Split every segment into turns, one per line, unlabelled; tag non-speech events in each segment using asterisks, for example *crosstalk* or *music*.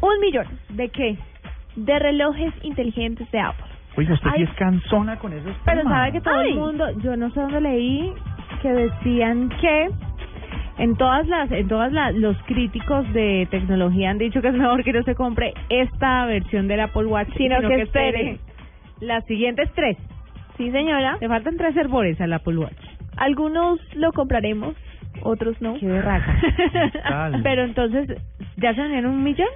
Un millón. ¿De qué? De relojes inteligentes de Apple.
Oye, usted sí
Ay.
es cansona con esos
Pero
temas.
sabe que todo
Ay.
el mundo, yo no sé dónde leí que decían que en todas las, en todas las, los críticos de tecnología han dicho que es mejor que no se compre esta versión del Apple Watch,
Sino que espere.
las siguientes tres.
Sí, señora.
Le ¿Ah? faltan tres herbores al Apple Watch.
Algunos lo compraremos, otros no.
Qué *laughs* berraca.
tal?
Pero entonces, ¿ya se vendieron un millón?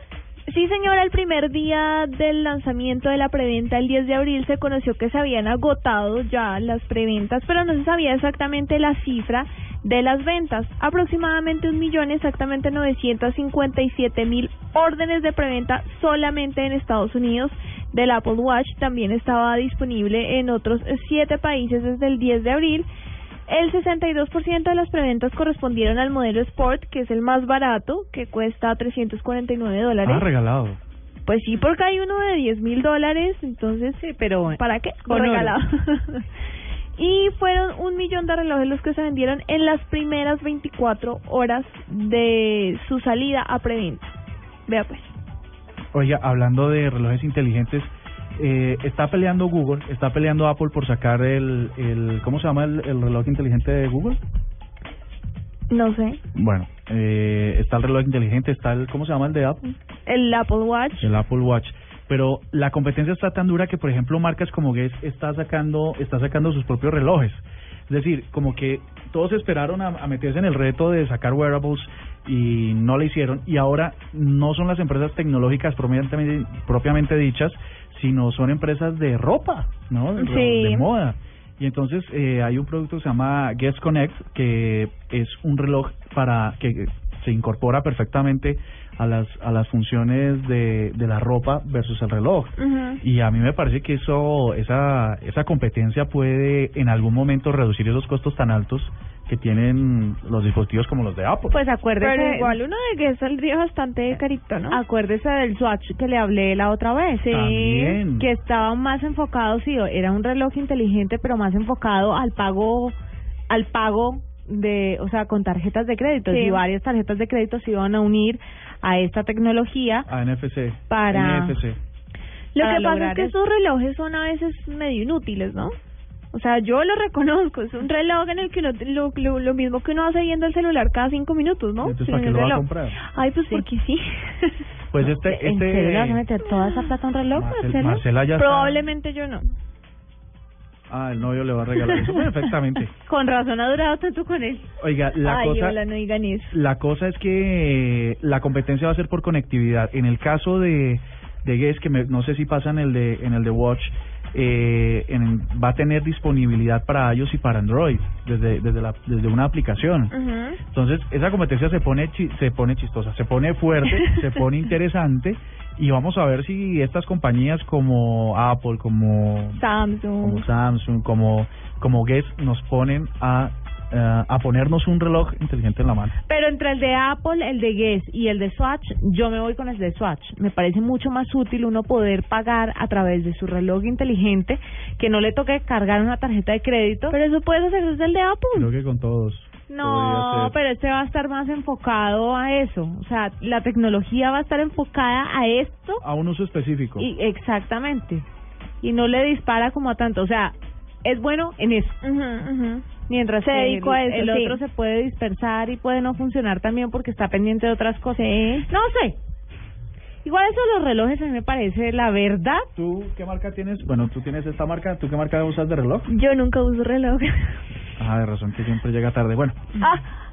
Sí, señora, el primer día del lanzamiento de la preventa, el 10 de abril, se conoció que se habían agotado ya las preventas, pero no se sabía exactamente la cifra de las ventas. Aproximadamente un millón, exactamente 957 mil órdenes de preventa solamente en Estados Unidos del Apple Watch. También estaba disponible en otros siete países desde el 10 de abril. El 62% de las preventas correspondieron al modelo Sport, que es el más barato, que cuesta 349 dólares.
Ah, regalado.
Pues sí, porque hay uno de 10 mil dólares, entonces,
Sí, pero...
¿para qué?
Con
*laughs*
oro.
Regalado. y fueron un millón de relojes los que se vendieron en las primeras 24 horas de su salida a preventa. Vea pues.
Oiga, hablando de relojes inteligentes, eh, está peleando Google, está peleando Apple por sacar el, el ¿cómo se llama el, el reloj inteligente de Google?
No sé.
Bueno, eh, está el reloj inteligente, está el, ¿cómo se llama el de Apple?
El Apple Watch.
El Apple Watch. Pero la competencia está tan dura que, por ejemplo, marcas como Guess está sacando, está sacando sus propios relojes. Es decir, como que todos esperaron a, a meterse en el reto de sacar wearables y no lo hicieron. Y ahora no son las empresas tecnológicas propiamente, propiamente dichas, sino son empresas de ropa, ¿no? De,
Sí.
de moda. Y entonces eh, hay un producto que se llama Guess Connect, que es un reloj para que se incorpora perfectamente a las a las funciones de, de la ropa versus el reloj.
Ujú.
Y a mí me parece que eso esa esa competencia puede en algún momento reducir esos costos tan altos que tienen los dispositivos como los de Apple.
Pues acuérdese...
Pero igual uno de que saldría bastante carito, ¿no?
Acuérdese del Swatch que le hablé la otra vez.
Sí. También.
Que estaba más enfocado, sí, era un reloj inteligente, pero más enfocado al pago, al pago de, o sea, con tarjetas de crédito.
Sí.
Y varias tarjetas de crédito se iban a unir a esta tecnología.
a NFC.
Para-
NFC.
Lo que pasa
para
es
lograr
que
eso.
esos relojes son a veces medio inútiles, ¿no? O sea, yo lo reconozco, es un reloj en el que uno, lo, lo, lo mismo que uno hace viendo el celular cada cinco minutos, ¿no?
Entonces,
Sin
¿para qué
el
lo va a
reloj.
comprar?
Ay, pues porque sí.
Pues este
¿En
este
serio le vas a *laughs* meter toda esa plata a un reloj,
Marcel-
Marcelo?
Marcela ya está-
Probablemente yo no.
Ah, el novio le va a regalar eso
*laughs*
pues,
*laughs*
perfectamente.
Con razón ha durado tanto con él.
Oiga, la
Ay,
cosa
hola, no digan eso.
La cosa es que eh, la competencia va a ser por conectividad. En el caso de, de Guess, que me- no sé si pasa en el de, en el de Watch, eh, en- va a tener disponibilidad para iOS y para Android desde, desde, la, desde una aplicación.
Ujú.
Entonces, esa competencia se pone, chi- se pone chistosa, se pone
*laughs*
fuerte, se pone interesante y vamos a ver si estas compañías como Apple, como, como
Samsung.
Samsung, como, como Guess, nos ponen a, eh, a ponernos un reloj inteligente en la mano.
Pero entre el de Apple, el de Guess y el de Swatch, yo me voy con el de Swatch. Me parece mucho más útil uno poder pagar a través de su reloj inteligente, que no le toque cargar una tarjeta de crédito.
Pero eso puedes hacer desde el de Apple.
Creo que con todos. podría
no,
ser.
pero este va a estar más enfocado a eso. O sea, la tecnología va a estar enfocada a esto
A un uso específico.
y exactamente. Y no le dispara como a tanto. O sea, es bueno en eso.
Ujú, ujú.
Mientras
Se
que
dedicó a
el,
eso,
el
sí.
otro se puede dispersar y puede no funcionar también porque está pendiente de otras cosas.
Sí.
No sé. Igual eso de los relojes a mí me parece la verdad.
¿Tú qué marca tienes? Bueno, tú tienes esta marca. ¿Tú qué marca usas de reloj?
Yo nunca uso reloj.
Ah, de razón que siempre llega tarde. Bueno,
ah,